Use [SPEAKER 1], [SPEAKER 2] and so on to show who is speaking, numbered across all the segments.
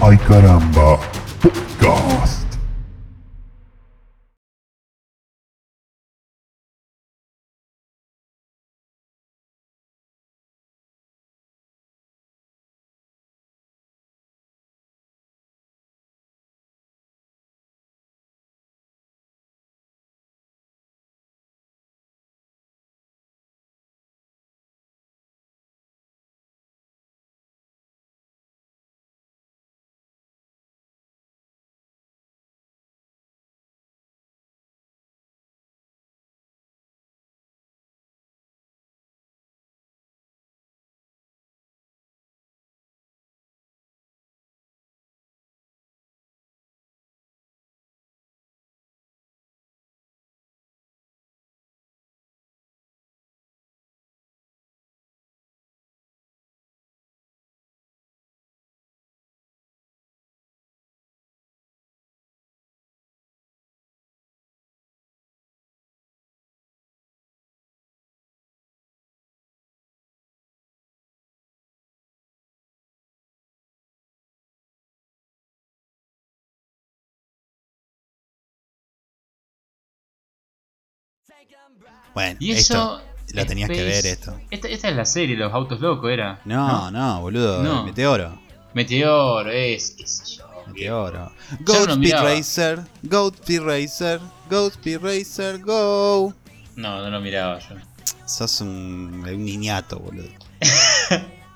[SPEAKER 1] Ay caramba, podcast.
[SPEAKER 2] Bueno,
[SPEAKER 3] Y
[SPEAKER 2] esto
[SPEAKER 3] eso.
[SPEAKER 2] lo tenías que
[SPEAKER 3] Space-
[SPEAKER 2] ver esto.
[SPEAKER 3] Esta, esta es la serie, Los Autos Locos, era.
[SPEAKER 2] No, no, boludo,
[SPEAKER 3] No.
[SPEAKER 2] el meteoro.
[SPEAKER 3] Meteoro, es. qué sé yo.
[SPEAKER 2] Meteoro.
[SPEAKER 3] Yo no
[SPEAKER 2] Go Speed
[SPEAKER 3] miraba.
[SPEAKER 2] Racer, Go Speed Racer, Go Speed Racer, Go.
[SPEAKER 3] No, no lo miraba yo.
[SPEAKER 2] Sos un, un niñato, boludo.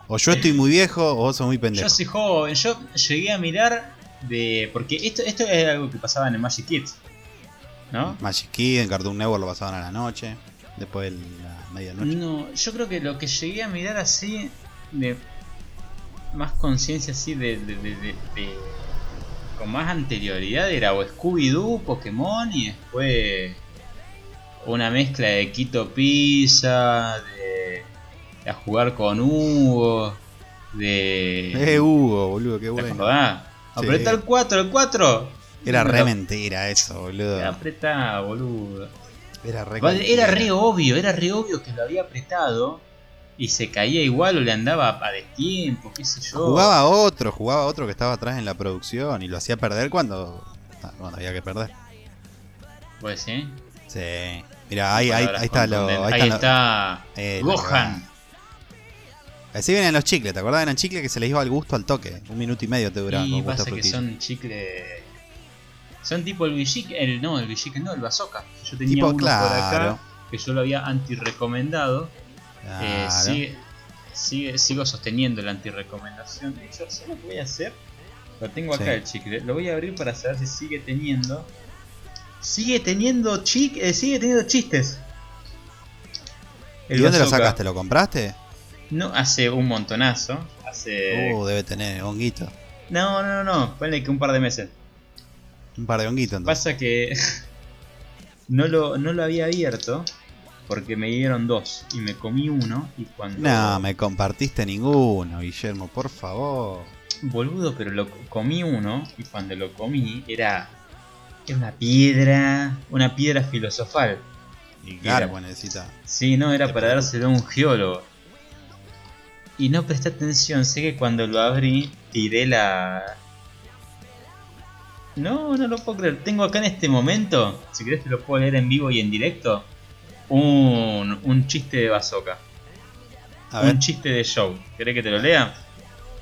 [SPEAKER 2] o yo estoy muy viejo o vos sos muy pendejo.
[SPEAKER 3] Yo soy joven, yo llegué a mirar de. Porque esto, esto es algo que pasaba en el Magic Kids. ¿No?
[SPEAKER 2] Magic Kid, en Cartoon Network lo pasaban a la noche, después de la medianoche.
[SPEAKER 3] No, yo creo que lo que llegué a mirar así de más conciencia así de, de- de- de- de- con más anterioridad era o Scooby-Doo, Pokémon y después una mezcla de Quito Pizza, de, de a jugar con Hugo, de...
[SPEAKER 2] Eh, Hugo, boludo, qué
[SPEAKER 3] ¿Te
[SPEAKER 2] bueno.
[SPEAKER 3] acordás?
[SPEAKER 2] Sí.
[SPEAKER 3] Apretá el 4, el 4.
[SPEAKER 2] Era
[SPEAKER 3] Me
[SPEAKER 2] re
[SPEAKER 3] lo-
[SPEAKER 2] mentira eso, boludo.
[SPEAKER 3] Apretá, boludo.
[SPEAKER 2] Era re
[SPEAKER 3] Vale, Era re
[SPEAKER 2] mentira.
[SPEAKER 3] obvio, era re obvio que lo había apretado y se caía igual o le andaba a destiempo, qué sé yo.
[SPEAKER 2] Jugaba otro, jugaba otro que estaba atrás en la producción y lo hacía perder cuando, cuando había que perder.
[SPEAKER 3] Pues sí.
[SPEAKER 2] Sí. Mira, ahí, ahí,
[SPEAKER 3] Palabras
[SPEAKER 2] ahí está lo.
[SPEAKER 3] contundentes.
[SPEAKER 2] Ahí
[SPEAKER 3] Ahí
[SPEAKER 2] están
[SPEAKER 3] está.
[SPEAKER 2] lo- eh, la
[SPEAKER 3] Gohan.
[SPEAKER 2] verdad. Así vienen los chicles, ¿te acordás? Eran chicles que se les iba al gusto al toque. Un minuto y medio te duraban
[SPEAKER 3] Y
[SPEAKER 2] con gusto a
[SPEAKER 3] pasa que
[SPEAKER 2] frutilla.
[SPEAKER 3] son chicle. Son tipo el Villique, el no, el Villique no, el Bazooka. Yo tenía
[SPEAKER 2] Tipo,
[SPEAKER 3] uno por
[SPEAKER 2] claro.
[SPEAKER 3] acá eh, que yo lo había anti-recomendado. Eh,
[SPEAKER 2] claro.
[SPEAKER 3] sigue, sigue- sigo sosteniendo la antirecomendación. De hecho, ¿sabes lo que voy a hacer? Lo tengo acá
[SPEAKER 2] Sí.
[SPEAKER 3] el chicle. Lo voy a abrir para saber si sigue teniendo. Sigue teniendo chi eh, sigue teniendo chistes.
[SPEAKER 2] ¿Y dónde lo
[SPEAKER 3] bazooka.
[SPEAKER 2] sacaste? ¿Lo compraste?
[SPEAKER 3] No, hace un montonazo. Hace.
[SPEAKER 2] Uh, debe tener honguito.
[SPEAKER 3] No, no, no, no. Ponle que un par de meses.
[SPEAKER 2] Un par de honguitos entonces.
[SPEAKER 3] Pasa que. no, lo, no lo había abierto. Porque me dieron dos. Y me comí uno. Y cuando.
[SPEAKER 2] No, me compartiste ninguno, Guillermo, por favor.
[SPEAKER 3] Boludo, pero lo comí uno y cuando lo comí era, era una piedra, una piedra filosofal.
[SPEAKER 2] Y
[SPEAKER 3] Mira.
[SPEAKER 2] claro, bueno, necesita.
[SPEAKER 3] Sí, no, era
[SPEAKER 2] Te
[SPEAKER 3] para
[SPEAKER 2] preocupa.
[SPEAKER 3] dárselo a un geólogo. Y no presté atención, sé que cuando lo abrí tiré la... No, no lo puedo creer. Tengo acá en este momento, si querés te lo puedo leer en vivo y en directo, un, un chiste de bazooka.
[SPEAKER 2] A ver,
[SPEAKER 3] Un chiste de show. ¿Querés que te lo lea?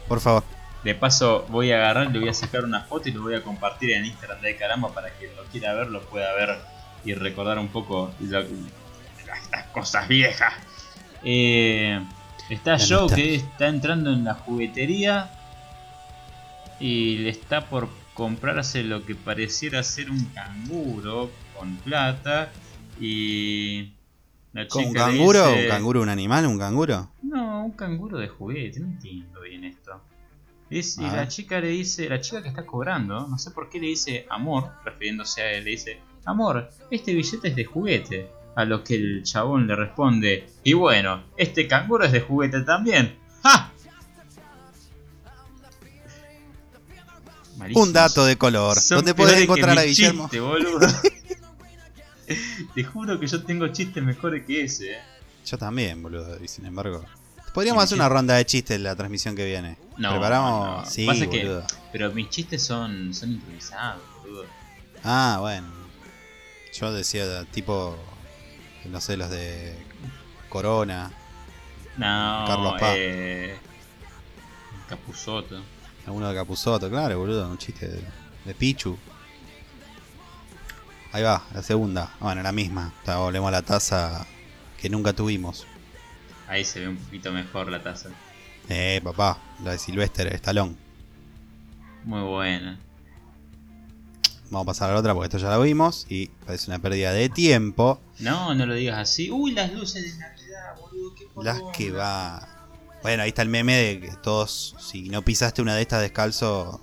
[SPEAKER 2] por favor.
[SPEAKER 3] De paso voy a agarrar, le voy a sacar una foto y lo voy a compartir en Instagram de Caramba para que lo quiera ver, lo pueda ver y recordar un poco lo- las cosas viejas. Eh, está
[SPEAKER 2] La
[SPEAKER 3] Joe
[SPEAKER 2] nostalgia.
[SPEAKER 3] que está entrando en la juguetería y le está por comprarse lo que pareciera ser un canguro con plata y... La
[SPEAKER 2] ¿Con un
[SPEAKER 3] chica le
[SPEAKER 2] canguro?
[SPEAKER 3] dice-
[SPEAKER 2] ¿Un canguro, un animal, un canguro?
[SPEAKER 3] no, un canguro de juguete, no entiendo bien esto. Es- y
[SPEAKER 2] A
[SPEAKER 3] la
[SPEAKER 2] ver.
[SPEAKER 3] chica le dice, la chica que está cobrando, no sé por qué le dice amor, refiriéndose a él, le dice, amor, este billete es de juguete. A lo que el chabón le responde, y bueno, este canguro es de juguete también. ¡Ja! Malísimos.
[SPEAKER 2] Un dato de color.
[SPEAKER 3] Son
[SPEAKER 2] ¿Dónde podés
[SPEAKER 3] peores que
[SPEAKER 2] encontrar
[SPEAKER 3] mi
[SPEAKER 2] a Guillermo?
[SPEAKER 3] chiste, boludo. Te juro que yo tengo chistes mejores que ese. eh.
[SPEAKER 2] Yo también, boludo. Y sin embargo, Podríamos
[SPEAKER 3] Y
[SPEAKER 2] hacer
[SPEAKER 3] mi
[SPEAKER 2] una ronda de chistes en la transmisión que viene.
[SPEAKER 3] No,
[SPEAKER 2] ¿Preparamos?
[SPEAKER 3] no.
[SPEAKER 2] Sí,
[SPEAKER 3] Pasa que-
[SPEAKER 2] boludo.
[SPEAKER 3] Pero mis chistes son, son improvisados, boludo.
[SPEAKER 2] Ah, bueno. Yo decía, tipo. No sé, los de. Corona.
[SPEAKER 3] No,
[SPEAKER 2] Carlos Paz.
[SPEAKER 3] Eh, Capuzoto.
[SPEAKER 2] Alguno de Capuzoto, claro, boludo. Un chiste de, de Pichu. Ahí va, la segunda. Bueno, la misma. Ta, volvemos a la taza que nunca tuvimos.
[SPEAKER 3] Ahí se ve un poquito mejor la taza.
[SPEAKER 2] Eh, papá, la de Sylvester Stallone.
[SPEAKER 3] Muy buena.
[SPEAKER 2] Vamos a pasar a la otra porque esto ya la vimos y parece una pérdida de tiempo.
[SPEAKER 3] No, no lo digas así. Uy, las luces de Navidad, boludo. Qué
[SPEAKER 2] Las
[SPEAKER 3] poronga.
[SPEAKER 2] que va. Bueno, ahí está el meme de que todos, si no pisaste una de estas descalzo,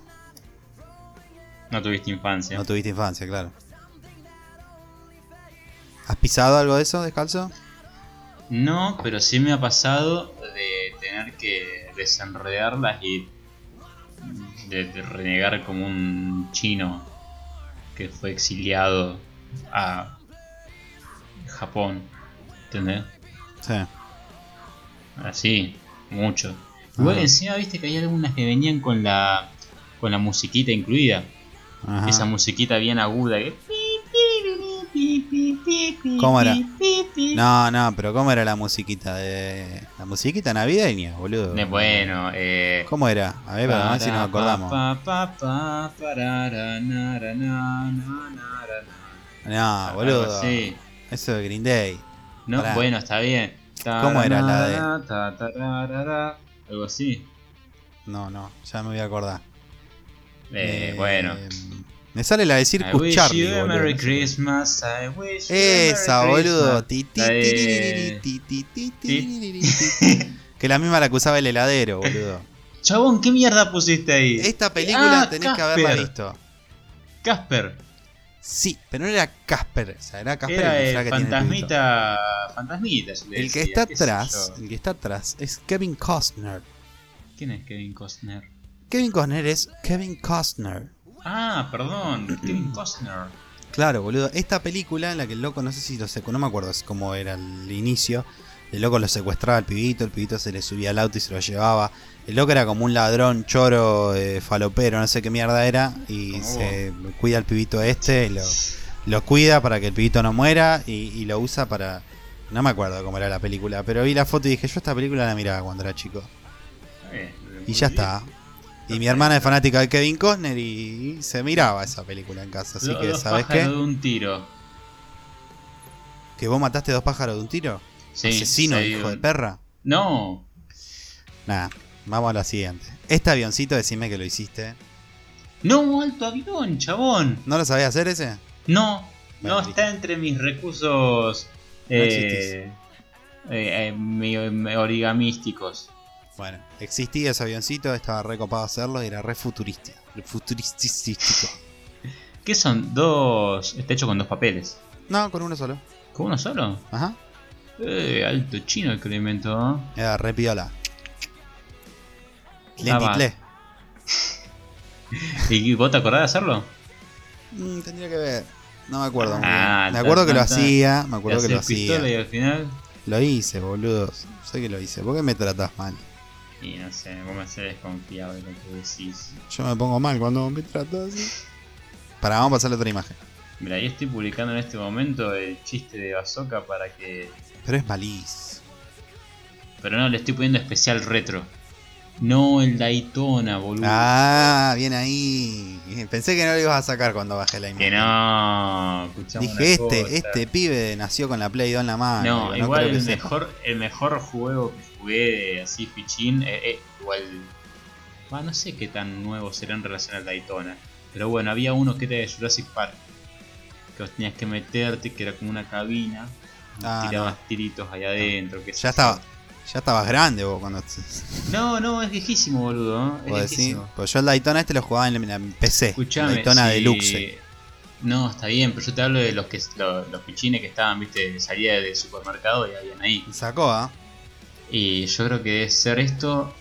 [SPEAKER 3] No tuviste infancia.
[SPEAKER 2] no tuviste infancia, claro. ¿Has pisado algo de eso descalzo?
[SPEAKER 3] No, pero sí me ha pasado de tener que desenredarlas y de, de renegar como un chino que fue exiliado a Japón. ¿Entendés?
[SPEAKER 2] Sí.
[SPEAKER 3] Así, mucho. Igual
[SPEAKER 2] Ajá.
[SPEAKER 3] encima viste que hay algunas que venían con la con la musiquita incluida.
[SPEAKER 2] Ajá.
[SPEAKER 3] Esa musiquita bien aguda que...
[SPEAKER 2] ¿Cómo era? No, no, pero ¿cómo era la musiquita de. La musiquita navideña, boludo?
[SPEAKER 3] De- bueno, eh...
[SPEAKER 2] ¿Cómo era? A ver, para ver si nos acordamos.
[SPEAKER 3] Pa, pa, pa, parara, nara, na, na, nara,
[SPEAKER 2] No,
[SPEAKER 3] na. Algo
[SPEAKER 2] Ah, boludo.
[SPEAKER 3] así.
[SPEAKER 2] Eso de Green Day.
[SPEAKER 3] No,
[SPEAKER 2] Pará.
[SPEAKER 3] bueno, está bien.
[SPEAKER 2] ¿Cómo era la de-
[SPEAKER 3] Tarara, ta, tararara, Algo así.
[SPEAKER 2] No, no, ya me voy a acordar.
[SPEAKER 3] Eh,
[SPEAKER 2] Eh,
[SPEAKER 3] bueno.
[SPEAKER 2] Me sale la de
[SPEAKER 3] I
[SPEAKER 2] Circus
[SPEAKER 3] wish
[SPEAKER 2] Charlie,
[SPEAKER 3] you a
[SPEAKER 2] boludo.
[SPEAKER 3] Merry Christmas, I wish you a Merry
[SPEAKER 2] Esa, boludo.
[SPEAKER 3] Christmas.
[SPEAKER 2] Ti, ti,
[SPEAKER 3] La de-
[SPEAKER 2] tiriri, ti, ti, ti, tiriri, ti. Que la misma la que usaba el heladero, boludo.
[SPEAKER 3] Chabón, ¿qué mierda pusiste ahí?
[SPEAKER 2] Esta película
[SPEAKER 3] Ah,
[SPEAKER 2] tenés que haberla
[SPEAKER 3] Casper.
[SPEAKER 2] visto.
[SPEAKER 3] Casper.
[SPEAKER 2] Sí, pero no era Casper. O sea, era Casper
[SPEAKER 3] Era
[SPEAKER 2] el,
[SPEAKER 3] el
[SPEAKER 2] que tiene el pibito.
[SPEAKER 3] fantasmita. fantasmita, yo le
[SPEAKER 2] El que
[SPEAKER 3] decía,
[SPEAKER 2] está
[SPEAKER 3] qué sé
[SPEAKER 2] atrás,
[SPEAKER 3] yo.
[SPEAKER 2] el que está atrás es Kevin Costner.
[SPEAKER 3] ¿Quién es Kevin Costner?
[SPEAKER 2] Kevin Costner es Kevin Costner.
[SPEAKER 3] Ah, perdón, Kevin Costner.
[SPEAKER 2] Claro, boludo. Esta película en la que el loco, no sé si lo secuestró, no me acuerdo cómo era el inicio. El loco lo secuestraba al pibito, el pibito se le subía al auto y se lo llevaba. El loco era como un ladrón, choro, eh, falopero, no sé qué mierda era. Y
[SPEAKER 3] Como
[SPEAKER 2] se cuida al pibito este, lo, lo cuida para que el pibito no muera y, y lo usa para... No me acuerdo cómo era la película, pero vi la foto y dije, yo esta película la miraba cuando era chico.
[SPEAKER 3] Eh,
[SPEAKER 2] Y ya está. Y mi hermana es fanática de Kevin Costner y, y se miraba esa película en casa. Así
[SPEAKER 3] Lo-
[SPEAKER 2] que,
[SPEAKER 3] dos
[SPEAKER 2] ¿sabes
[SPEAKER 3] pájaros
[SPEAKER 2] qué?
[SPEAKER 3] de un tiro.
[SPEAKER 2] ¿Que vos mataste dos pájaros de un tiro?
[SPEAKER 3] Sí,
[SPEAKER 2] ¿Asesino,
[SPEAKER 3] sí,
[SPEAKER 2] hijo
[SPEAKER 3] un-
[SPEAKER 2] de perra?
[SPEAKER 3] No,
[SPEAKER 2] Nada, vamos a la siguiente. Este avioncito, decime que lo hiciste.
[SPEAKER 3] no, alto avión, chabón.
[SPEAKER 2] ¿No lo sabías hacer ese?
[SPEAKER 3] No,
[SPEAKER 2] Bueno,
[SPEAKER 3] no está entre mis recursos. Eh, eh, eh, medio- medio origamísticos.
[SPEAKER 2] Bueno, existía ese avioncito, estaba recopado hacerlo y era re futurista. Futurístico.
[SPEAKER 3] ¿Qué son? Dos. Está hecho con dos papeles.
[SPEAKER 2] No, con uno solo.
[SPEAKER 3] ¿Con uno solo?
[SPEAKER 2] Ajá.
[SPEAKER 3] Eh, alto chino el que lo inventó.
[SPEAKER 2] Era re piola.
[SPEAKER 3] va.
[SPEAKER 2] Lentitle.
[SPEAKER 3] ¿eh? ¿Y vos te acordás de hacerlo?
[SPEAKER 2] Mm, tendría que ver. No me acuerdo. muy
[SPEAKER 3] Ah,
[SPEAKER 2] bien. me acuerdo que lo
[SPEAKER 3] ta- ta- ta.
[SPEAKER 2] hacía. Me
[SPEAKER 3] Te
[SPEAKER 2] acuerdo que lo
[SPEAKER 3] hacés pistola y
[SPEAKER 2] hacía.
[SPEAKER 3] al final.
[SPEAKER 2] Lo hice, boludo. Sé que lo hice. ¿Por qué me tratás mal?
[SPEAKER 3] Y no sé, vos me haces desconfiado de lo que decís.
[SPEAKER 2] Yo me pongo mal cuando me tratas así. Para, vamos a pasarle otra imagen.
[SPEAKER 3] Mira, yo estoy publicando en este momento el chiste de Bazooka para que.
[SPEAKER 2] Pero es malís.
[SPEAKER 3] Pero no, le estoy poniendo especial retro. No el Daytona, boludo.
[SPEAKER 2] Ah, bien ahí. Pensé que no lo ibas a sacar cuando bajé la
[SPEAKER 3] Que
[SPEAKER 2] imagen.
[SPEAKER 3] no, escuchamos
[SPEAKER 2] Dije, este, este pibe nació con la Play 2 en la mano.
[SPEAKER 3] No,
[SPEAKER 2] Digo,
[SPEAKER 3] igual
[SPEAKER 2] creo que
[SPEAKER 3] el
[SPEAKER 2] sea.
[SPEAKER 3] mejor, el mejor juego que jugué de así fichín, eh, eh, igual. bah, no sé qué tan nuevo será en relación al Daytona. Pero bueno, había uno que era de Jurassic Park. Que vos tenías que meterte, que era como una cabina.
[SPEAKER 2] Ah,
[SPEAKER 3] tirabas tiritos allá adentro. qué sé
[SPEAKER 2] Ya estaba,
[SPEAKER 3] yo.
[SPEAKER 2] ya estabas grande vos cuando.
[SPEAKER 3] No, no, es viejísimo, boludo. ¿eh? Es
[SPEAKER 2] Vos decís.
[SPEAKER 3] viejísimo.
[SPEAKER 2] Pues yo el Daytona este lo jugaba en la en PC.
[SPEAKER 3] Escuchame.
[SPEAKER 2] Daytona
[SPEAKER 3] si-
[SPEAKER 2] Deluxe.
[SPEAKER 3] No, está bien, pero yo te hablo de los que lo- los pichines que estaban, viste, salía del supermercado y habían ahí.
[SPEAKER 2] Sacó, ¿ah?
[SPEAKER 3] Y yo creo que debe ser esto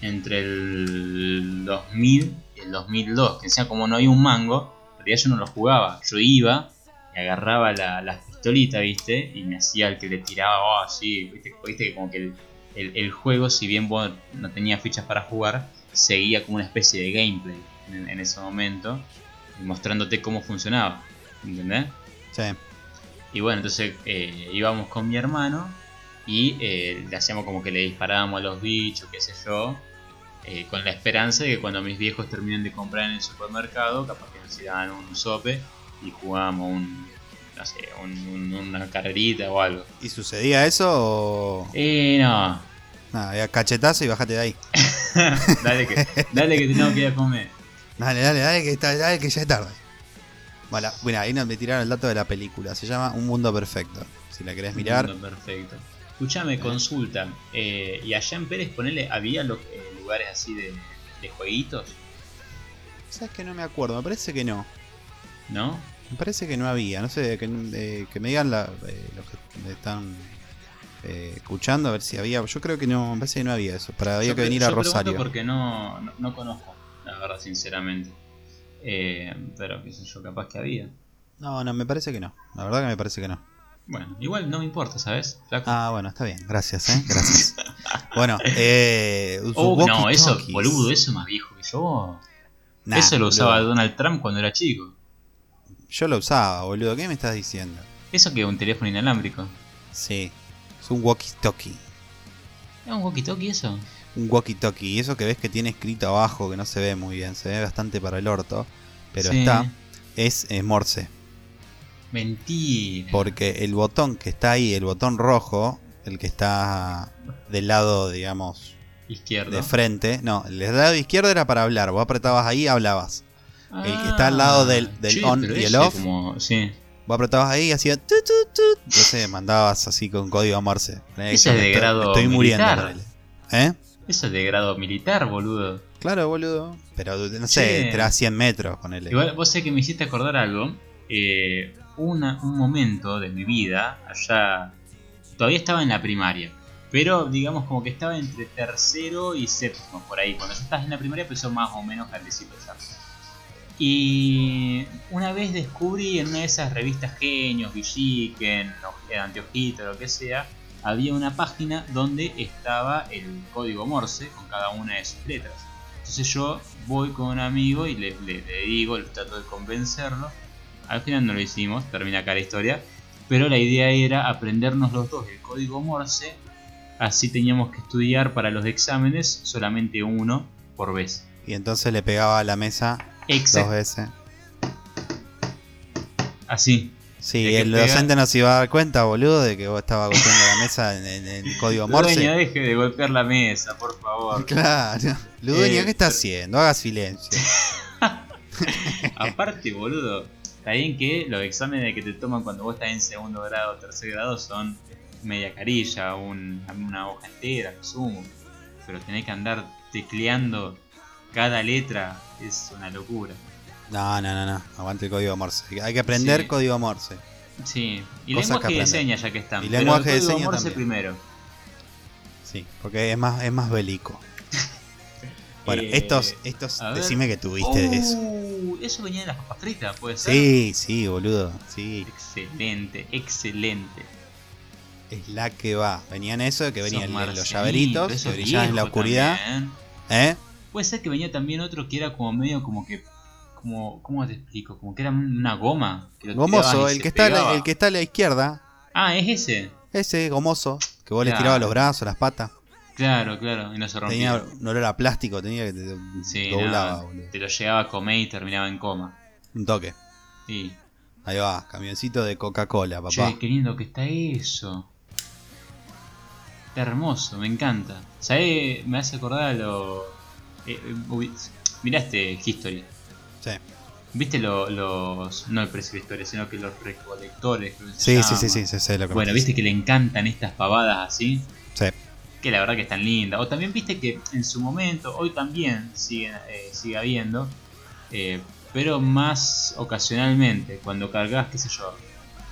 [SPEAKER 3] entre el 2000 y el 2002. Que sea como no había un mango, en realidad yo no lo jugaba. Yo iba y agarraba la, las pistolitas, ¿viste? Y me hacía el que le tiraba, oh, sí, ¿viste? Viste que como que el, el, el juego, si bien vos no tenías fichas para jugar, seguía como una especie de gameplay en, en ese momento, mostrándote cómo funcionaba. ¿Entendés?
[SPEAKER 2] Sí.
[SPEAKER 3] Y bueno, entonces eh, íbamos con mi hermano y eh, le hacíamos como que le disparábamos a los bichos, qué sé yo, eh, con la esperanza de que cuando mis viejos terminen de comprar en el supermercado, capaz que nos daban un sope y jugábamos un, no sé, un- un- una carrerita o algo.
[SPEAKER 2] ¿Y sucedía eso o.?
[SPEAKER 3] Eh, no,
[SPEAKER 2] Nada, había cachetazo y bajate de ahí.
[SPEAKER 3] dale que, dale que tenemos que ir a comer.
[SPEAKER 2] Dale, dale, dale, que, está- dale, que ya es tarde. Bueno, bueno, ahí nos me tiraron el dato de la película. Se llama Un Mundo Perfecto. Si la querés mirar.
[SPEAKER 3] Mundo perfecto. Escuchame, consulta. eh, ¿Y allá en Pérez, ponele, había lo- eh, lugares así de, de jueguitos?
[SPEAKER 2] ¿Sabes que no me acuerdo? Me parece que no.
[SPEAKER 3] ¿No?
[SPEAKER 2] Me parece que no había. No sé, que, eh, que me digan la- eh, los que me están eh, escuchando a ver si había. Yo creo que no, me parece que no había eso. Para había
[SPEAKER 3] Yo
[SPEAKER 2] que
[SPEAKER 3] pre-
[SPEAKER 2] venir
[SPEAKER 3] yo
[SPEAKER 2] a
[SPEAKER 3] pregunto
[SPEAKER 2] Rosario.
[SPEAKER 3] Porque no, no, no conozco, la verdad, sinceramente. Eh, pero qué sé yo, capaz que había.
[SPEAKER 2] No, no, me parece que no. La verdad que me parece que no.
[SPEAKER 3] Bueno, igual no me importa, ¿sabes? Flaco.
[SPEAKER 2] Ah, bueno, está bien. Gracias, ¿eh? Gracias. bueno, eh. sus
[SPEAKER 3] Oh, no, eso,
[SPEAKER 2] walkie-talkies.
[SPEAKER 3] boludo, eso es más viejo que yo.
[SPEAKER 2] Nah,
[SPEAKER 3] eso lo
[SPEAKER 2] boludo.
[SPEAKER 3] usaba Donald Trump cuando era chico.
[SPEAKER 2] Yo lo usaba, boludo. ¿Qué me estás diciendo?
[SPEAKER 3] Eso que un teléfono inalámbrico.
[SPEAKER 2] Sí. Es un walkie-talkie.
[SPEAKER 3] ¿Es un walkie-talkie eso?
[SPEAKER 2] Un walkie-talkie. Y eso que ves que tiene escrito abajo, que no se ve muy bien. Se ve bastante para el orto. Pero
[SPEAKER 3] Sí.
[SPEAKER 2] está. Es eh, Morse.
[SPEAKER 3] Mentira.
[SPEAKER 2] Porque el botón que está ahí, el botón rojo, el que está del lado, digamos,
[SPEAKER 3] Izquierdo.
[SPEAKER 2] de frente. No, el del lado izquierdo era para hablar. Vos apretabas ahí y hablabas. el que está al
[SPEAKER 3] Ah,
[SPEAKER 2] lado del- del on
[SPEAKER 3] pero
[SPEAKER 2] y el
[SPEAKER 3] ese
[SPEAKER 2] off.
[SPEAKER 3] como- sí.
[SPEAKER 2] Vos apretabas ahí y hacía tu, tu, tu. Entonces mandabas así con código Morse. Ponele que
[SPEAKER 3] Ese
[SPEAKER 2] yo
[SPEAKER 3] es
[SPEAKER 2] me
[SPEAKER 3] de
[SPEAKER 2] estoy-
[SPEAKER 3] grado
[SPEAKER 2] me Estoy muriendo.
[SPEAKER 3] militar.
[SPEAKER 2] ponele. ¿Eh?
[SPEAKER 3] Eso es de grado militar, boludo.
[SPEAKER 2] Claro, boludo. Pero no sé,
[SPEAKER 3] Che.
[SPEAKER 2] te da 100 metros con él.
[SPEAKER 3] Igual vos sé que me hiciste acordar algo. Eh, una- un momento de mi vida, allá. Todavía estaba en la primaria. Pero digamos como que estaba entre tercero y séptimo, por ahí. Cuando ya estás en la primaria, pues sos más o menos grandecito ya. Y una vez descubrí en una de esas revistas genios, Villiquen, Oje- Anteojito, lo que sea, había una página donde estaba el código Morse con cada una de sus letras. Entonces yo voy con un amigo y le, le- le digo, le trato de convencerlo. Al final no lo hicimos, termina acá la historia. Pero la idea era aprendernos los dos el código Morse. Así teníamos que estudiar para los exámenes solamente uno por vez.
[SPEAKER 2] Y entonces le pegaba a la mesa dos
[SPEAKER 3] Exacto.
[SPEAKER 2] veces.
[SPEAKER 3] Así.
[SPEAKER 2] Sí,
[SPEAKER 3] El que
[SPEAKER 2] el
[SPEAKER 3] pega-
[SPEAKER 2] docente no se iba a dar cuenta, boludo, de que vos estabas golpeando la mesa en, en- en código
[SPEAKER 3] Dueño,
[SPEAKER 2] Morse.
[SPEAKER 3] deje de golpear la mesa, por favor.
[SPEAKER 2] Claro. Ludueño,
[SPEAKER 3] Eh,
[SPEAKER 2] ¿qué está
[SPEAKER 3] pero-
[SPEAKER 2] haciendo? Haga silencio.
[SPEAKER 3] Aparte, boludo, está bien que los exámenes que te toman cuando vos estás en segundo grado o tercer grado son media carilla, un- una hoja entera, lo sumo. Pero tenés que andar tecleando cada letra, es una locura.
[SPEAKER 2] No, no, no, no. Aguante el código Morse. Hay que aprender
[SPEAKER 3] Sí.
[SPEAKER 2] código Morse.
[SPEAKER 3] Sí, y
[SPEAKER 2] Cosas
[SPEAKER 3] lenguaje
[SPEAKER 2] que
[SPEAKER 3] de
[SPEAKER 2] aprender.
[SPEAKER 3] señas ya que están.
[SPEAKER 2] Y
[SPEAKER 3] pero
[SPEAKER 2] lenguaje de
[SPEAKER 3] el código
[SPEAKER 2] señas
[SPEAKER 3] Morse
[SPEAKER 2] también.
[SPEAKER 3] primero.
[SPEAKER 2] Sí, porque es más, es más bélico. Bueno,
[SPEAKER 3] Eh,
[SPEAKER 2] estos, estos,
[SPEAKER 3] a ver.
[SPEAKER 2] decime que tuviste de eso.
[SPEAKER 3] Uh, eso venía de las papas fritas, puede ser.
[SPEAKER 2] Sí, sí, boludo. Sí,
[SPEAKER 3] Excelente, excelente.
[SPEAKER 2] es la que va. Venían eso, que venían
[SPEAKER 3] Esos
[SPEAKER 2] los
[SPEAKER 3] Marcelitos,
[SPEAKER 2] llaveritos,
[SPEAKER 3] esos
[SPEAKER 2] que brillaban en la
[SPEAKER 3] viejos
[SPEAKER 2] oscuridad.
[SPEAKER 3] también.
[SPEAKER 2] ¿Eh?
[SPEAKER 3] Puede ser que venía también otro que era como medio como que. Como, ¿Cómo te explico? Como que era una goma. que lo
[SPEAKER 2] Gomoso,
[SPEAKER 3] tirabas y
[SPEAKER 2] el
[SPEAKER 3] se
[SPEAKER 2] que, está a la,
[SPEAKER 3] pegaba.
[SPEAKER 2] el que está a la izquierda,
[SPEAKER 3] Ah, es ese.
[SPEAKER 2] ese gomoso, que vos le
[SPEAKER 3] Claro.
[SPEAKER 2] tirabas los brazos, las patas,
[SPEAKER 3] Claro, claro. Y no se rompía.
[SPEAKER 2] tenía un olor a plástico, tenía que te te
[SPEAKER 3] Sí,
[SPEAKER 2] doblaba,
[SPEAKER 3] nada,
[SPEAKER 2] boludo.
[SPEAKER 3] Te lo llegaba a comer y terminaba en coma.
[SPEAKER 2] Un toque.
[SPEAKER 3] Sí.
[SPEAKER 2] Ahí va, camioncito de Coca-Cola, papá.
[SPEAKER 3] Che, qué lindo que está eso. Está hermoso, me encanta. ¿Sabés? Me hace acordar a lo. eh, eh, ubi- miraste History.
[SPEAKER 2] Sí,
[SPEAKER 3] ¿Viste lo- los. No el preceptores, sino que los recolectores. creo que
[SPEAKER 2] sí,
[SPEAKER 3] se
[SPEAKER 2] sí, sí,
[SPEAKER 3] llama?
[SPEAKER 2] sí, sí, sé lo que
[SPEAKER 3] Bueno,
[SPEAKER 2] me
[SPEAKER 3] viste que le encantan estas pavadas así,
[SPEAKER 2] Sí.
[SPEAKER 3] que la verdad que están lindas. O también viste que en su momento, hoy también sigue, eh, sigue habiendo, eh, pero más ocasionalmente, cuando cargas, qué sé yo,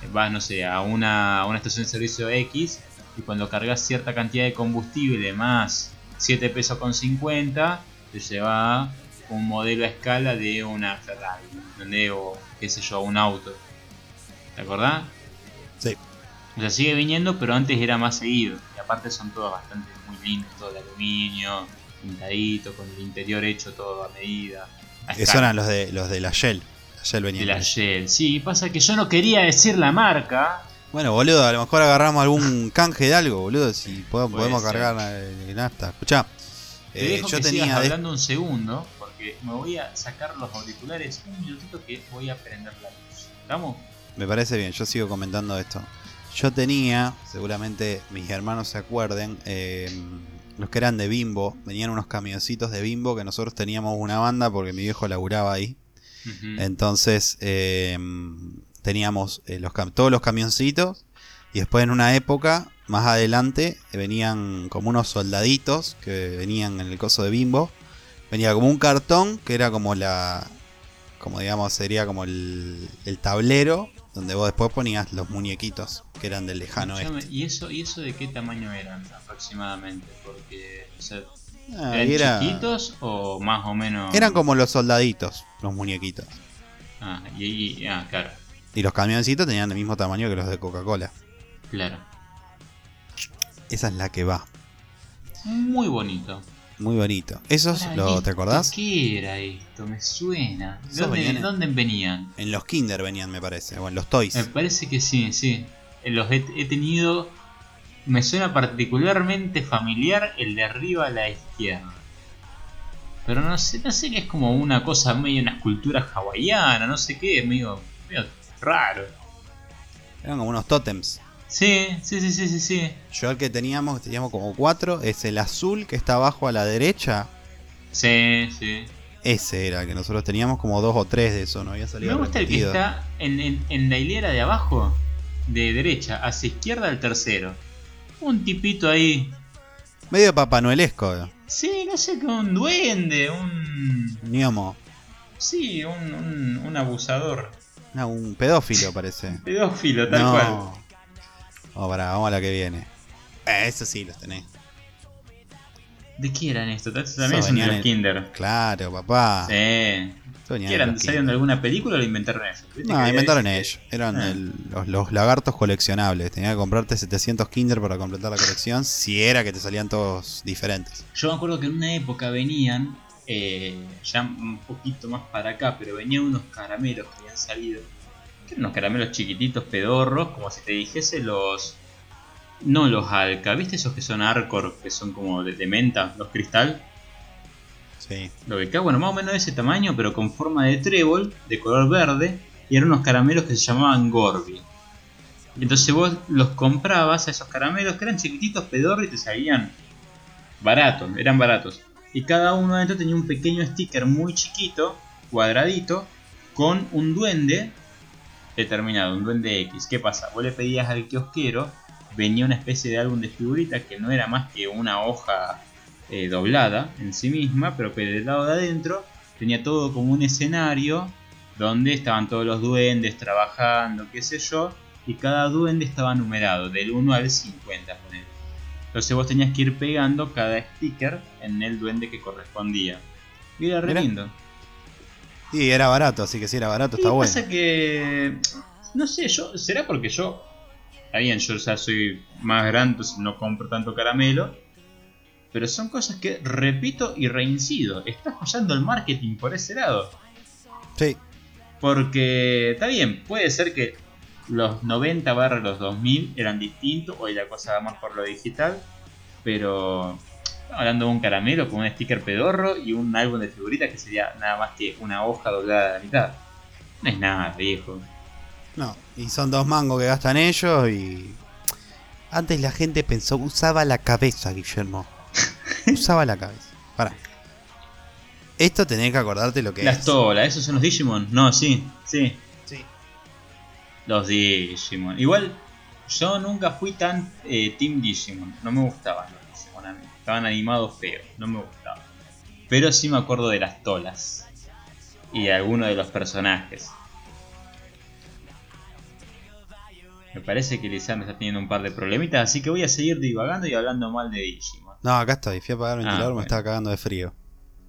[SPEAKER 3] eh, vas, no sé, a una, a una estación de servicio X y cuando cargas cierta cantidad de combustible más 7 pesos con 50, te lleva un modelo a escala de una Ferrari, ¿entendés? o qué sé yo, un auto. ¿Te acordás?
[SPEAKER 2] Sí.
[SPEAKER 3] O sea, sigue viniendo, pero antes era más seguido. Y aparte son todas bastante muy lindas, todo de aluminio, pintadito, con el interior hecho todo a medida. A
[SPEAKER 2] Esos
[SPEAKER 3] escala.
[SPEAKER 2] eran los de, los de la Shell. La Shell venía
[SPEAKER 3] de la
[SPEAKER 2] con-
[SPEAKER 3] Shell. Sí, pasa que yo no quería decir la marca.
[SPEAKER 2] Bueno, boludo, a lo mejor agarramos algún canje de algo, boludo, si podemos,
[SPEAKER 3] Puede
[SPEAKER 2] podemos
[SPEAKER 3] ser.
[SPEAKER 2] cargar el el nafta. Escuchá,
[SPEAKER 3] Te
[SPEAKER 2] eh,
[SPEAKER 3] dejo
[SPEAKER 2] yo
[SPEAKER 3] que
[SPEAKER 2] tenía...
[SPEAKER 3] sigas
[SPEAKER 2] de-
[SPEAKER 3] hablando un segundo, porque me voy a sacar los auriculares un minutito que voy a prender la luz. ¿Estamos?
[SPEAKER 2] Me parece bien, yo sigo comentando esto. Yo tenía, seguramente mis hermanos se acuerden, eh, los que eran de Bimbo, venían unos camioncitos de Bimbo que nosotros teníamos una banda porque mi viejo laburaba ahí.
[SPEAKER 3] Ujú.
[SPEAKER 2] Entonces eh, teníamos eh, los cam- todos los camioncitos y después en una época, más adelante, eh, venían como unos soldaditos que venían en el coso de Bimbo. Venía como un cartón que era como la... Como digamos, sería como el, el tablero donde vos después ponías los muñequitos que eran del lejano
[SPEAKER 3] Escuchame,
[SPEAKER 2] este.
[SPEAKER 3] ¿Y eso, ¿Y eso de qué tamaño eran aproximadamente? Porque, o sea,
[SPEAKER 2] Ah,
[SPEAKER 3] ¿eran
[SPEAKER 2] y era-
[SPEAKER 3] chiquitos o más o menos?
[SPEAKER 2] eran como los soldaditos, los muñequitos.
[SPEAKER 3] Ah, y, y- ah, claro,
[SPEAKER 2] Y los camioncitos tenían el mismo tamaño que los de Coca-Cola.
[SPEAKER 3] claro.
[SPEAKER 2] Esa es la que va.
[SPEAKER 3] Muy bonito.
[SPEAKER 2] Muy bonito. ¿Esos
[SPEAKER 3] Pará,
[SPEAKER 2] lo,
[SPEAKER 3] ¿esto
[SPEAKER 2] te acordás?
[SPEAKER 3] ¿Qué era esto? Me suena.
[SPEAKER 2] Esos
[SPEAKER 3] ¿Dónde,
[SPEAKER 2] venían en-
[SPEAKER 3] dónde venían?
[SPEAKER 2] En los Kinder venían, me parece. O en los Toys.
[SPEAKER 3] Me parece que sí, sí. Los he, he tenido. Me suena particularmente familiar el de arriba a la izquierda. Pero no sé, no sé que es como una cosa medio una escultura hawaiana, no sé qué, medio, medio raro.
[SPEAKER 2] Eran como unos tótems.
[SPEAKER 3] Sí, sí, sí, sí, sí, sí.
[SPEAKER 2] Yo el que teníamos, teníamos como cuatro, es el azul que está abajo a la derecha.
[SPEAKER 3] Sí, sí.
[SPEAKER 2] Ese era el que nosotros teníamos como dos o tres de eso, no había
[SPEAKER 3] Me
[SPEAKER 2] salido
[SPEAKER 3] gusta el que
[SPEAKER 2] repetido.
[SPEAKER 3] está en, en- en la hilera de abajo, de derecha, hacia izquierda el tercero. Un tipito ahí.
[SPEAKER 2] Medio Papá Noelesco,
[SPEAKER 3] Sí, no sé, como un duende, un...
[SPEAKER 2] ñomo.
[SPEAKER 3] Sí, un, un, un abusador.
[SPEAKER 2] No, un pedófilo parece.
[SPEAKER 3] Pedófilo, tal cual.
[SPEAKER 2] no. Oh, pará, vamos a la que viene. Eh, eso sí los tenés.
[SPEAKER 3] ¿De qué eran esto? Esto también
[SPEAKER 2] Eso
[SPEAKER 3] son de
[SPEAKER 2] venían
[SPEAKER 3] los Kinder.
[SPEAKER 2] Claro, papá.
[SPEAKER 3] Sí.
[SPEAKER 2] Esto venía
[SPEAKER 3] ¿Qué
[SPEAKER 2] de
[SPEAKER 3] eran?
[SPEAKER 2] los
[SPEAKER 3] ¿Salieron de
[SPEAKER 2] Kinder.
[SPEAKER 3] alguna película o lo inventaron ellos? Viste
[SPEAKER 2] No,
[SPEAKER 3] que-
[SPEAKER 2] inventaron ellos. Eran
[SPEAKER 3] Ah.
[SPEAKER 2] el- los, los lagartos coleccionables. Tenía que comprarte 700 Kinder para completar la colección. Si era que te salían todos diferentes.
[SPEAKER 3] Yo me acuerdo que en una época venían, eh, ya un poquito más para acá, pero venían unos caramelos que habían salido. Que eran unos caramelos chiquititos, pedorros, como si te dijese los... No los alca, ¿viste esos que son arcor, que son como de, de menta, los cristal?
[SPEAKER 2] Sí.
[SPEAKER 3] Lo que cae, bueno, más o menos de ese tamaño, pero con forma de trébol, de color verde, y eran unos caramelos que se llamaban Gorbi. Entonces vos los comprabas a esos caramelos que eran chiquititos, pedorros y te salían baratos, eran baratos. Y cada uno adentro tenía un pequeño sticker muy chiquito, cuadradito, con un duende determinado, un duende X. ¿Qué pasa? Vos le pedías al kiosquero, venía una especie de álbum de figuritas que no era más que una hoja eh, doblada en sí misma, pero que del lado de adentro tenía todo como un escenario donde estaban todos los duendes trabajando, qué sé yo, y cada duende estaba numerado, del 1 al 50. ponele. Entonces vos tenías que ir pegando cada sticker en el duende que correspondía. Y era re
[SPEAKER 2] Mirá.
[SPEAKER 3] lindo.
[SPEAKER 2] Y era barato, así que si era barato, está
[SPEAKER 3] Y
[SPEAKER 2] bueno.
[SPEAKER 3] pasa que. No sé, yo. ¿Será porque yo. Está bien, yo ya soy más grande, entonces no compro tanto caramelo. Pero son cosas que repito y reincido. Está fallando el marketing por ese lado.
[SPEAKER 2] Sí.
[SPEAKER 3] Porque está bien, puede ser que los 90 barra los 2000 eran distintos, hoy la cosa va más por lo digital, pero estamos hablando de un caramelo con un sticker pedorro y un álbum de figuritas que sería nada más que una hoja doblada a la mitad. No es nada, viejo.
[SPEAKER 2] No. Y son dos mangos que gastan ellos y. Antes la gente pensó, usaba la cabeza, Guillermo. Usaba la cabeza. Pará. Esto tenés que acordarte lo que
[SPEAKER 3] Las
[SPEAKER 2] es.
[SPEAKER 3] tolas, ¿esos son los Digimon? No, sí, sí.
[SPEAKER 2] Sí.
[SPEAKER 3] Los Digimon. Igual, yo nunca fui tan eh, Team Digimon. No me gustaban los Digimon a mí. Estaban animados feos, no me gustaban. Pero sí me acuerdo de las tolas. Y de algunos de los personajes. Me parece que Lisandro está teniendo un par de problemitas, así que voy a seguir divagando y hablando mal de Digimon.
[SPEAKER 2] No, acá estoy. Fui a apagar el
[SPEAKER 3] Ah,
[SPEAKER 2] ventilador, me
[SPEAKER 3] bueno.
[SPEAKER 2] estaba cagando de frío.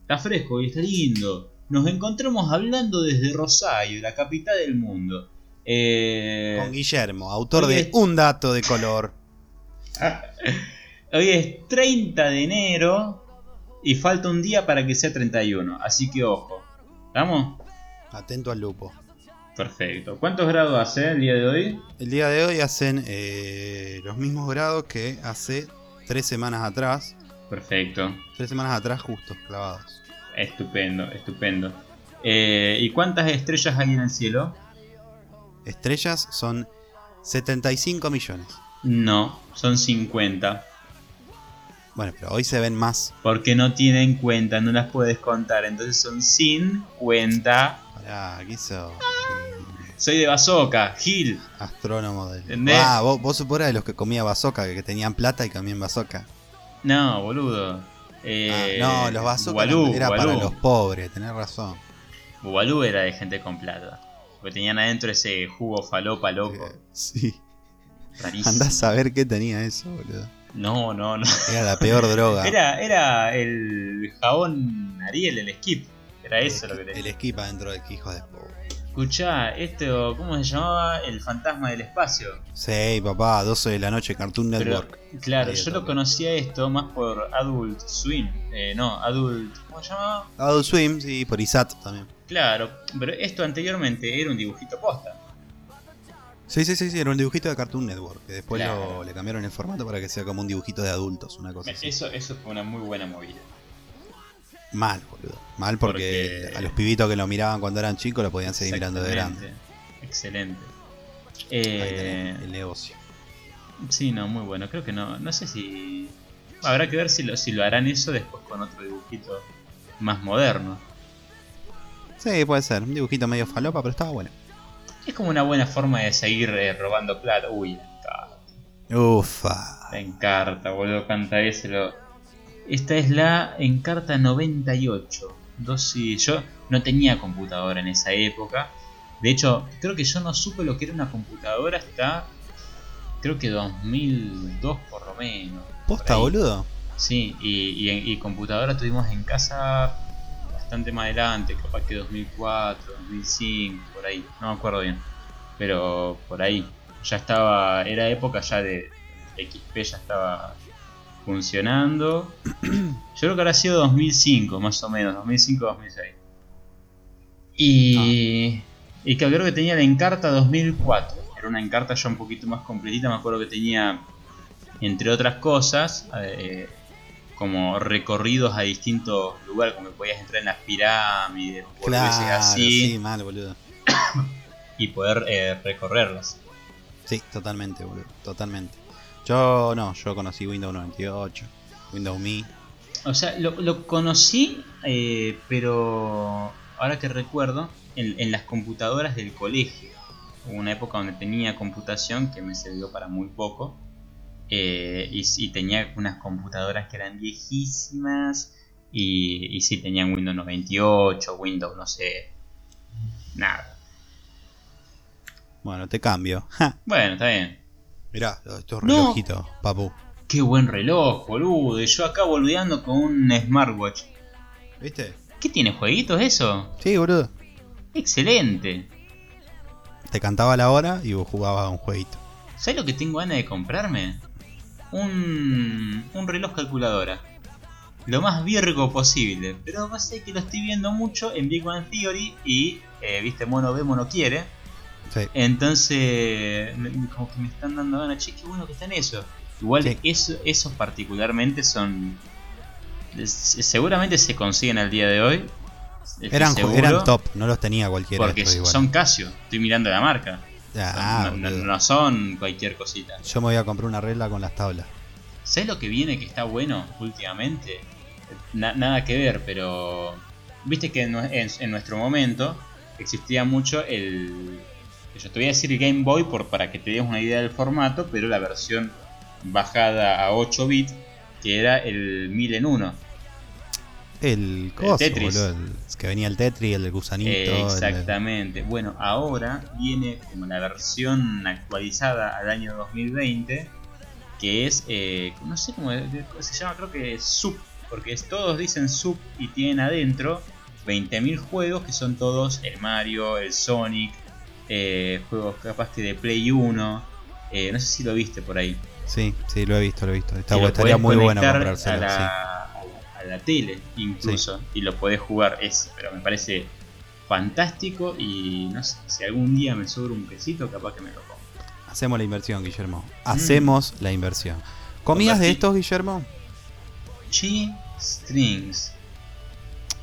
[SPEAKER 3] Está fresco y está lindo. Nos encontramos hablando desde Rosario, la capital del mundo. Eh,
[SPEAKER 2] Con Guillermo, autor
[SPEAKER 3] oye.
[SPEAKER 2] de Un dato de color.
[SPEAKER 3] Hoy es 30 de enero y falta un día para que sea 31, así que ojo. ¿Estamos?
[SPEAKER 2] Atento al lupo.
[SPEAKER 3] Perfecto. ¿Cuántos grados hace el día de hoy?
[SPEAKER 2] El día de hoy hacen eh, los mismos grados que hace tres semanas atrás.
[SPEAKER 3] Perfecto.
[SPEAKER 2] Tres semanas atrás justos, clavados.
[SPEAKER 3] Estupendo, estupendo. Eh, ¿Y cuántas estrellas hay en el cielo?
[SPEAKER 2] Estrellas son 75 millones.
[SPEAKER 3] No, son 50.
[SPEAKER 2] Bueno, pero hoy se ven más.
[SPEAKER 3] Porque no tienen cuenta, no las puedes contar. Entonces son sin cuenta.
[SPEAKER 2] Pará, ¿qué hizo?
[SPEAKER 3] Soy de Basoca, Gil.
[SPEAKER 2] Astrónomo del.
[SPEAKER 3] ¿Entendés?
[SPEAKER 2] Ah, vos, vos supone de los que comía bazoca, que tenían plata y comían bazoca.
[SPEAKER 3] No, boludo.
[SPEAKER 2] Ah,
[SPEAKER 3] Eh,
[SPEAKER 2] no, los bazoca
[SPEAKER 3] Bubalú,
[SPEAKER 2] era para
[SPEAKER 3] Bubalú.
[SPEAKER 2] los pobres, tenés razón.
[SPEAKER 3] Bubalú era de gente con plata. Porque tenían adentro ese jugo falopa loco.
[SPEAKER 2] Eh, sí.
[SPEAKER 3] Rarísimo.
[SPEAKER 2] Andás a saber qué tenía eso, boludo.
[SPEAKER 3] No, no, no.
[SPEAKER 2] Era la peor droga.
[SPEAKER 3] Era, era el jabón Ariel, el skip. Era
[SPEAKER 2] El
[SPEAKER 3] eso lo que
[SPEAKER 2] esqui-
[SPEAKER 3] tenía.
[SPEAKER 2] El esquipa dentro del que hijo de pobre.
[SPEAKER 3] Escuchá, esto, ¿cómo se llamaba? El fantasma del espacio.
[SPEAKER 2] Sí, papá, 12 de la noche, Cartoon
[SPEAKER 3] Pero,
[SPEAKER 2] Network.
[SPEAKER 3] claro,
[SPEAKER 2] Ahí
[SPEAKER 3] yo
[SPEAKER 2] está.
[SPEAKER 3] lo conocía esto más por Adult Swim. Eh, no, Adult. ¿Cómo se llamaba?
[SPEAKER 2] Adult Swim, sí, por ISAT también.
[SPEAKER 3] Claro, pero esto anteriormente era un dibujito posta.
[SPEAKER 2] Sí, sí, sí, sí, era un dibujito de Cartoon Network. Que después
[SPEAKER 3] Claro.
[SPEAKER 2] lo- le cambiaron el formato para que sea como un dibujito de adultos, una cosa así.
[SPEAKER 3] Eso, eso fue una muy buena movida.
[SPEAKER 2] Mal, boludo. Mal porque,
[SPEAKER 3] Porque-
[SPEAKER 2] a los pibitos que lo miraban cuando eran chicos lo podían seguir mirando de grande.
[SPEAKER 3] Exactamente, Excelente.
[SPEAKER 2] Ahí
[SPEAKER 3] Eh,
[SPEAKER 2] tenés, el negocio.
[SPEAKER 3] sí, no, muy bueno. Creo que no. No sé si. Habrá que ver si lo, si lo harán eso después con otro dibujito más moderno.
[SPEAKER 2] Sí, puede ser. Un dibujito medio falopa, pero estaba bueno.
[SPEAKER 3] Es como una buena forma de seguir eh, robando plata. Uy, la encarta,
[SPEAKER 2] Ufa.
[SPEAKER 3] la encarta, boludo, canta ese. Lo... Esta es la encarta 98. Dosis. Yo no tenía computadora en esa época. De hecho, creo que yo no supe lo que era una computadora hasta. Creo que 2002 por lo menos. por
[SPEAKER 2] ¿Posta,
[SPEAKER 3] ahí.
[SPEAKER 2] boludo?
[SPEAKER 3] Sí, y, y- y computadora tuvimos en casa bastante más adelante, capaz que 2004, 2005, por ahí, no me acuerdo bien. Pero por ahí, ya estaba, era época ya de XP, ya estaba funcionando. Yo creo que habrá sido 2005, más o menos, 2005-2006. Y, y que creo que tenía la Encarta 2004. Era una Encarta ya un poquito más completita. Me acuerdo que tenía, entre otras cosas, eh, como recorridos a distintos lugares, como que podías entrar en las pirámides, boludeces
[SPEAKER 2] Claro,
[SPEAKER 3] así,
[SPEAKER 2] sí, mal, boludo.
[SPEAKER 3] y poder eh, recorrerlas.
[SPEAKER 2] Sí, totalmente, boludo. Totalmente. Yo no, yo conocí Windows 98, Windows Me.
[SPEAKER 3] O sea, lo, lo conocí, eh, pero ahora que recuerdo, en, en las computadoras del colegio. Hubo una época donde tenía computación que me sirvió para muy poco. eh, y, y tenía unas computadoras que eran viejísimas. Y, y sí, tenían Windows 98, Windows, no sé. Nada.
[SPEAKER 2] Bueno, te cambio. Ja,
[SPEAKER 3] Bueno, está bien.
[SPEAKER 2] mirá, estos
[SPEAKER 3] No.
[SPEAKER 2] relojitos, papu.
[SPEAKER 3] Qué buen reloj, boludo. Y yo acá boludeando con un smartwatch.
[SPEAKER 2] ¿Viste?
[SPEAKER 3] ¿Qué tiene jueguitos eso?
[SPEAKER 2] Sí, boludo.
[SPEAKER 3] Excelente.
[SPEAKER 2] Te cantaba la hora y vos jugabas a un jueguito.
[SPEAKER 3] ¿Sabes lo que tengo ganas de comprarme? Un, un reloj calculadora. Lo más virgo posible. Pero va a ser que lo estoy viendo mucho en Big Bang Theory y, eh, viste, mono ve, mono quiere.
[SPEAKER 2] Sí.
[SPEAKER 3] Entonces, me- me- como que me están dando ganas, che, qué bueno que están eso. Igual
[SPEAKER 2] Sí.
[SPEAKER 3] eso- esos particularmente son... es- Seguramente se consiguen al día de hoy. Estoy
[SPEAKER 2] Eran,
[SPEAKER 3] seguro,
[SPEAKER 2] eran top, no los tenía cualquiera. de
[SPEAKER 3] Porque
[SPEAKER 2] estos igual.
[SPEAKER 3] son Casio. Estoy mirando la marca.
[SPEAKER 2] Ah,
[SPEAKER 3] no, no-
[SPEAKER 2] boludo.
[SPEAKER 3] no son cualquier cosita.
[SPEAKER 2] Yo me voy a comprar una regla con las tablas.
[SPEAKER 3] ¿Sabes lo que viene que está bueno últimamente? Na- nada que ver, pero. Viste que en, nue- en- en nuestro momento existía mucho el. Yo te voy a decir Game Boy por, para que te des una idea del formato, pero la versión bajada a 8 bits, que era el 1000 en 1.
[SPEAKER 2] El coso,
[SPEAKER 3] Tetris.
[SPEAKER 2] boludo, el- que venía el Tetris, el gusanito. el-
[SPEAKER 3] exactamente. Bueno, ahora viene como la versión actualizada al año 2020, que es, eh, no sé cómo de- de- se llama, creo que es sub, porque es- todos dicen sub y tienen adentro 20.000 juegos que son todos el Mario, el Sonic, eh, juegos capaz que de Play 1, eh, no sé si lo viste por ahí.
[SPEAKER 2] Sí, sí, lo he visto, lo he visto. Está,
[SPEAKER 3] que lo
[SPEAKER 2] estaría muy
[SPEAKER 3] podés
[SPEAKER 2] bueno
[SPEAKER 3] conectar
[SPEAKER 2] comprárselo.
[SPEAKER 3] A la,
[SPEAKER 2] sí.
[SPEAKER 3] a la- a la tele, incluso. Y lo podés jugar ese. Pero me parece fantástico. Y no sé, si algún día me sobra un pesito, capaz que me lo compro.
[SPEAKER 2] Hacemos la inversión, Guillermo.
[SPEAKER 3] Mm.
[SPEAKER 2] Hacemos la inversión. ¿Comías de
[SPEAKER 3] Convertí.
[SPEAKER 2] estos, Guillermo?
[SPEAKER 3] G-Strings.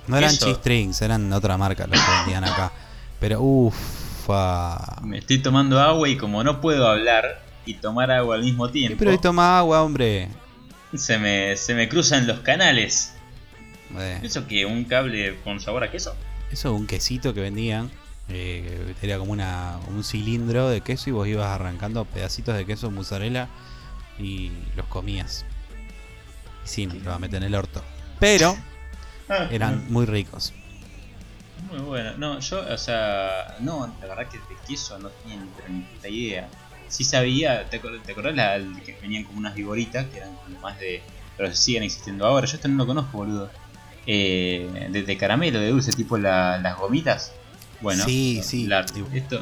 [SPEAKER 2] No eran
[SPEAKER 3] Eso.
[SPEAKER 2] G-Strings, eran de otra marca los que vendían acá. Pero ufa.
[SPEAKER 3] Me estoy tomando agua y como no puedo hablar y tomar agua al mismo
[SPEAKER 2] Sí,
[SPEAKER 3] tiempo,
[SPEAKER 2] Pero ahí toma agua, hombre.
[SPEAKER 3] se, me, se me cruzan los canales.
[SPEAKER 2] Eh,
[SPEAKER 3] ¿Eso que ¿Un cable con sabor a queso?
[SPEAKER 2] eso es un quesito que vendían. eh, que era como una, un cilindro de queso y vos ibas arrancando pedacitos de queso mozzarella y los comías. Sí, me lo va a meter en el orto. Pero
[SPEAKER 3] Ah,
[SPEAKER 2] eran muy ricos.
[SPEAKER 3] Muy bueno. No, yo, o sea, no, la verdad que de queso no tenía ni, pero ni puta idea. Sí sabía, ¿te, acor- te acordás la, el que venían como unas vigoritas que eran como más de. Pero siguen existiendo ahora. Yo esto no lo conozco, boludo. Eh, de, de caramelo, de dulce, tipo la- las gomitas. Bueno,
[SPEAKER 2] Sí, sí.
[SPEAKER 3] la-
[SPEAKER 2] Y-
[SPEAKER 3] esto.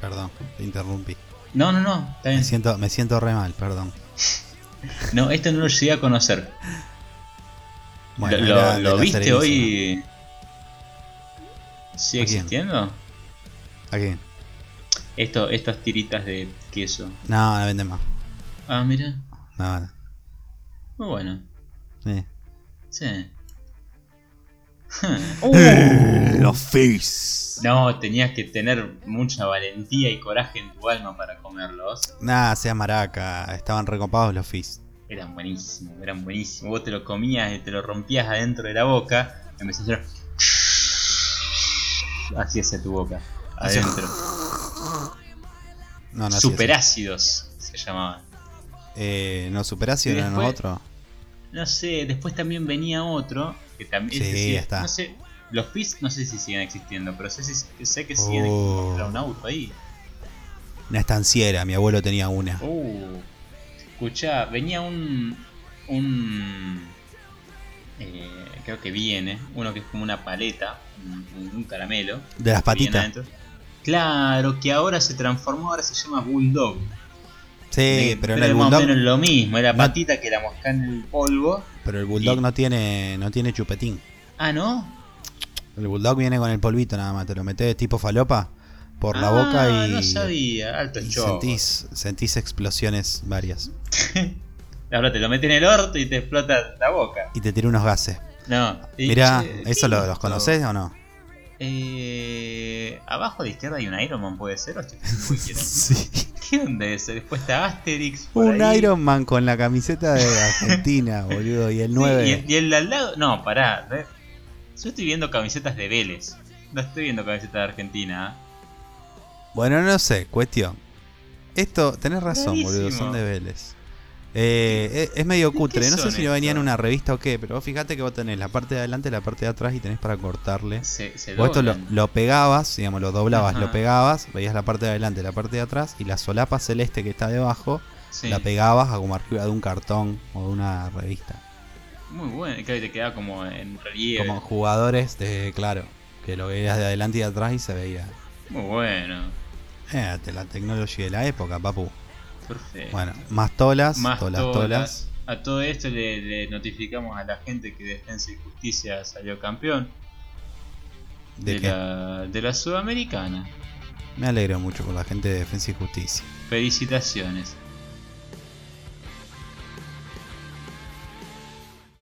[SPEAKER 2] Perdón, te interrumpí.
[SPEAKER 3] No, no, no, está
[SPEAKER 2] Me
[SPEAKER 3] bien.
[SPEAKER 2] siento, me siento re mal, perdón.
[SPEAKER 3] No, esto no lo llegué a conocer. ¿Lo,
[SPEAKER 2] era
[SPEAKER 3] lo-
[SPEAKER 2] de
[SPEAKER 3] lo
[SPEAKER 2] la
[SPEAKER 3] viste
[SPEAKER 2] Serenísima.
[SPEAKER 3] hoy? ¿Sigue
[SPEAKER 2] ¿A quién?
[SPEAKER 3] existiendo?
[SPEAKER 2] ¿A quién?
[SPEAKER 3] Esto, estas tiritas de queso.
[SPEAKER 2] No, no venden más.
[SPEAKER 3] Ah, mira.
[SPEAKER 2] No, no.
[SPEAKER 3] Muy bueno.
[SPEAKER 2] Eh.
[SPEAKER 3] Sí.
[SPEAKER 2] Los Fizz.
[SPEAKER 3] No, tenías que tener mucha valentía y coraje en tu alma para comerlos.
[SPEAKER 2] Nah, sea maraca. Estaban recopados los Fizz.
[SPEAKER 3] Eran buenísimos, eran buenísimos. Vos te los comías y te los rompías adentro de la boca. Empezás a hacer. Así hacia tu boca.
[SPEAKER 2] Hacía-
[SPEAKER 3] Adentro.
[SPEAKER 2] Ah, No, no hacía
[SPEAKER 3] Superácidos se llamaban.
[SPEAKER 2] eso. Eh, no, superación
[SPEAKER 3] Y
[SPEAKER 2] eran los
[SPEAKER 3] después-
[SPEAKER 2] otros.
[SPEAKER 3] No sé, después también venía otro. Que también.
[SPEAKER 2] Sí,
[SPEAKER 3] ese
[SPEAKER 2] está.
[SPEAKER 3] No sé, los Fizz no sé si siguen existiendo, pero sé, si- sé que
[SPEAKER 2] Oh.
[SPEAKER 3] siguen existiendo. Era un auto ahí.
[SPEAKER 2] Una estanciera, mi abuelo tenía una.
[SPEAKER 3] Uh, escuchá, venía un. un eh, creo que viene, uno que es como una paleta, un, un- un caramelo.
[SPEAKER 2] De las
[SPEAKER 3] que viene
[SPEAKER 2] patitas.
[SPEAKER 3] adentro. Claro, que ahora se transformó, ahora se llama Bulldog.
[SPEAKER 2] Sí,
[SPEAKER 3] De-
[SPEAKER 2] Eh, pero no, el
[SPEAKER 3] eh, más o
[SPEAKER 2] bulldog,
[SPEAKER 3] menos lo mismo, era
[SPEAKER 2] no-
[SPEAKER 3] patita que la mosca en el polvo.
[SPEAKER 2] pero el bulldog
[SPEAKER 3] y-
[SPEAKER 2] no tiene, no tiene chupetín.
[SPEAKER 3] Ah, ¿no?
[SPEAKER 2] El bulldog viene con el polvito nada más, te lo metes tipo falopa por la
[SPEAKER 3] Ah,
[SPEAKER 2] boca y,
[SPEAKER 3] No sabía, alto
[SPEAKER 2] y
[SPEAKER 3] show.
[SPEAKER 2] sentís, sentís explosiones varias.
[SPEAKER 3] Ahora te lo meten en el orto y te explota la boca.
[SPEAKER 2] Y te tira unos gases.
[SPEAKER 3] No. y-
[SPEAKER 2] Mirá,
[SPEAKER 3] che,
[SPEAKER 2] ¿eso lo-
[SPEAKER 3] ¿qué
[SPEAKER 2] los
[SPEAKER 3] esto?
[SPEAKER 2] conocés o no?
[SPEAKER 3] Eh, abajo a la izquierda hay un Iron Man, puede ser. ¿O estoy cualquiera?
[SPEAKER 2] Sí.
[SPEAKER 3] ¿Qué onda eso? Después está Asterix. por
[SPEAKER 2] Un
[SPEAKER 3] ahí.
[SPEAKER 2] Iron Man con la camiseta de Argentina, boludo, y el
[SPEAKER 3] Sí,
[SPEAKER 2] 9.
[SPEAKER 3] y el- y, el de al lado. No, pará. ¿eh? Yo estoy viendo camisetas de Vélez. No estoy viendo camisetas de Argentina. ¿eh?
[SPEAKER 2] Bueno, no sé, cuestión. Esto, tenés razón,
[SPEAKER 3] Rarísimo.
[SPEAKER 2] boludo, son de Vélez. Eh, e- es, medio
[SPEAKER 3] ¿Qué
[SPEAKER 2] cutre, no sé
[SPEAKER 3] son
[SPEAKER 2] si lo venía en
[SPEAKER 3] estos?
[SPEAKER 2] una revista o qué, pero vos fijate que vos tenés la parte de adelante y la parte de atrás y tenés para cortarle.
[SPEAKER 3] Se, se
[SPEAKER 2] Vos esto lo,
[SPEAKER 3] doblan.
[SPEAKER 2] lo pegabas, digamos, lo doblabas,
[SPEAKER 3] Ajá.
[SPEAKER 2] lo pegabas, veías la parte de adelante, la parte de atrás y la solapa celeste que está debajo,
[SPEAKER 3] Sí.
[SPEAKER 2] la pegabas a como arriba de un cartón o de una revista.
[SPEAKER 3] Muy bueno. y Claro, y te queda como en relieve.
[SPEAKER 2] Como jugadores de, claro, que lo veías de adelante y de atrás y se veía.
[SPEAKER 3] Muy bueno.
[SPEAKER 2] Eh, te- la tecnología de la época, papu.
[SPEAKER 3] Perfecto.
[SPEAKER 2] Bueno, más tolas,
[SPEAKER 3] Eh. Más
[SPEAKER 2] tolas, tolas,
[SPEAKER 3] todas. A todo esto le, le notificamos a la gente que Defensa y Justicia salió campeón
[SPEAKER 2] ¿De
[SPEAKER 3] de
[SPEAKER 2] qué?
[SPEAKER 3] la, de la Sudamericana.
[SPEAKER 2] Me alegro mucho con la gente de Defensa y Justicia.
[SPEAKER 3] Felicitaciones.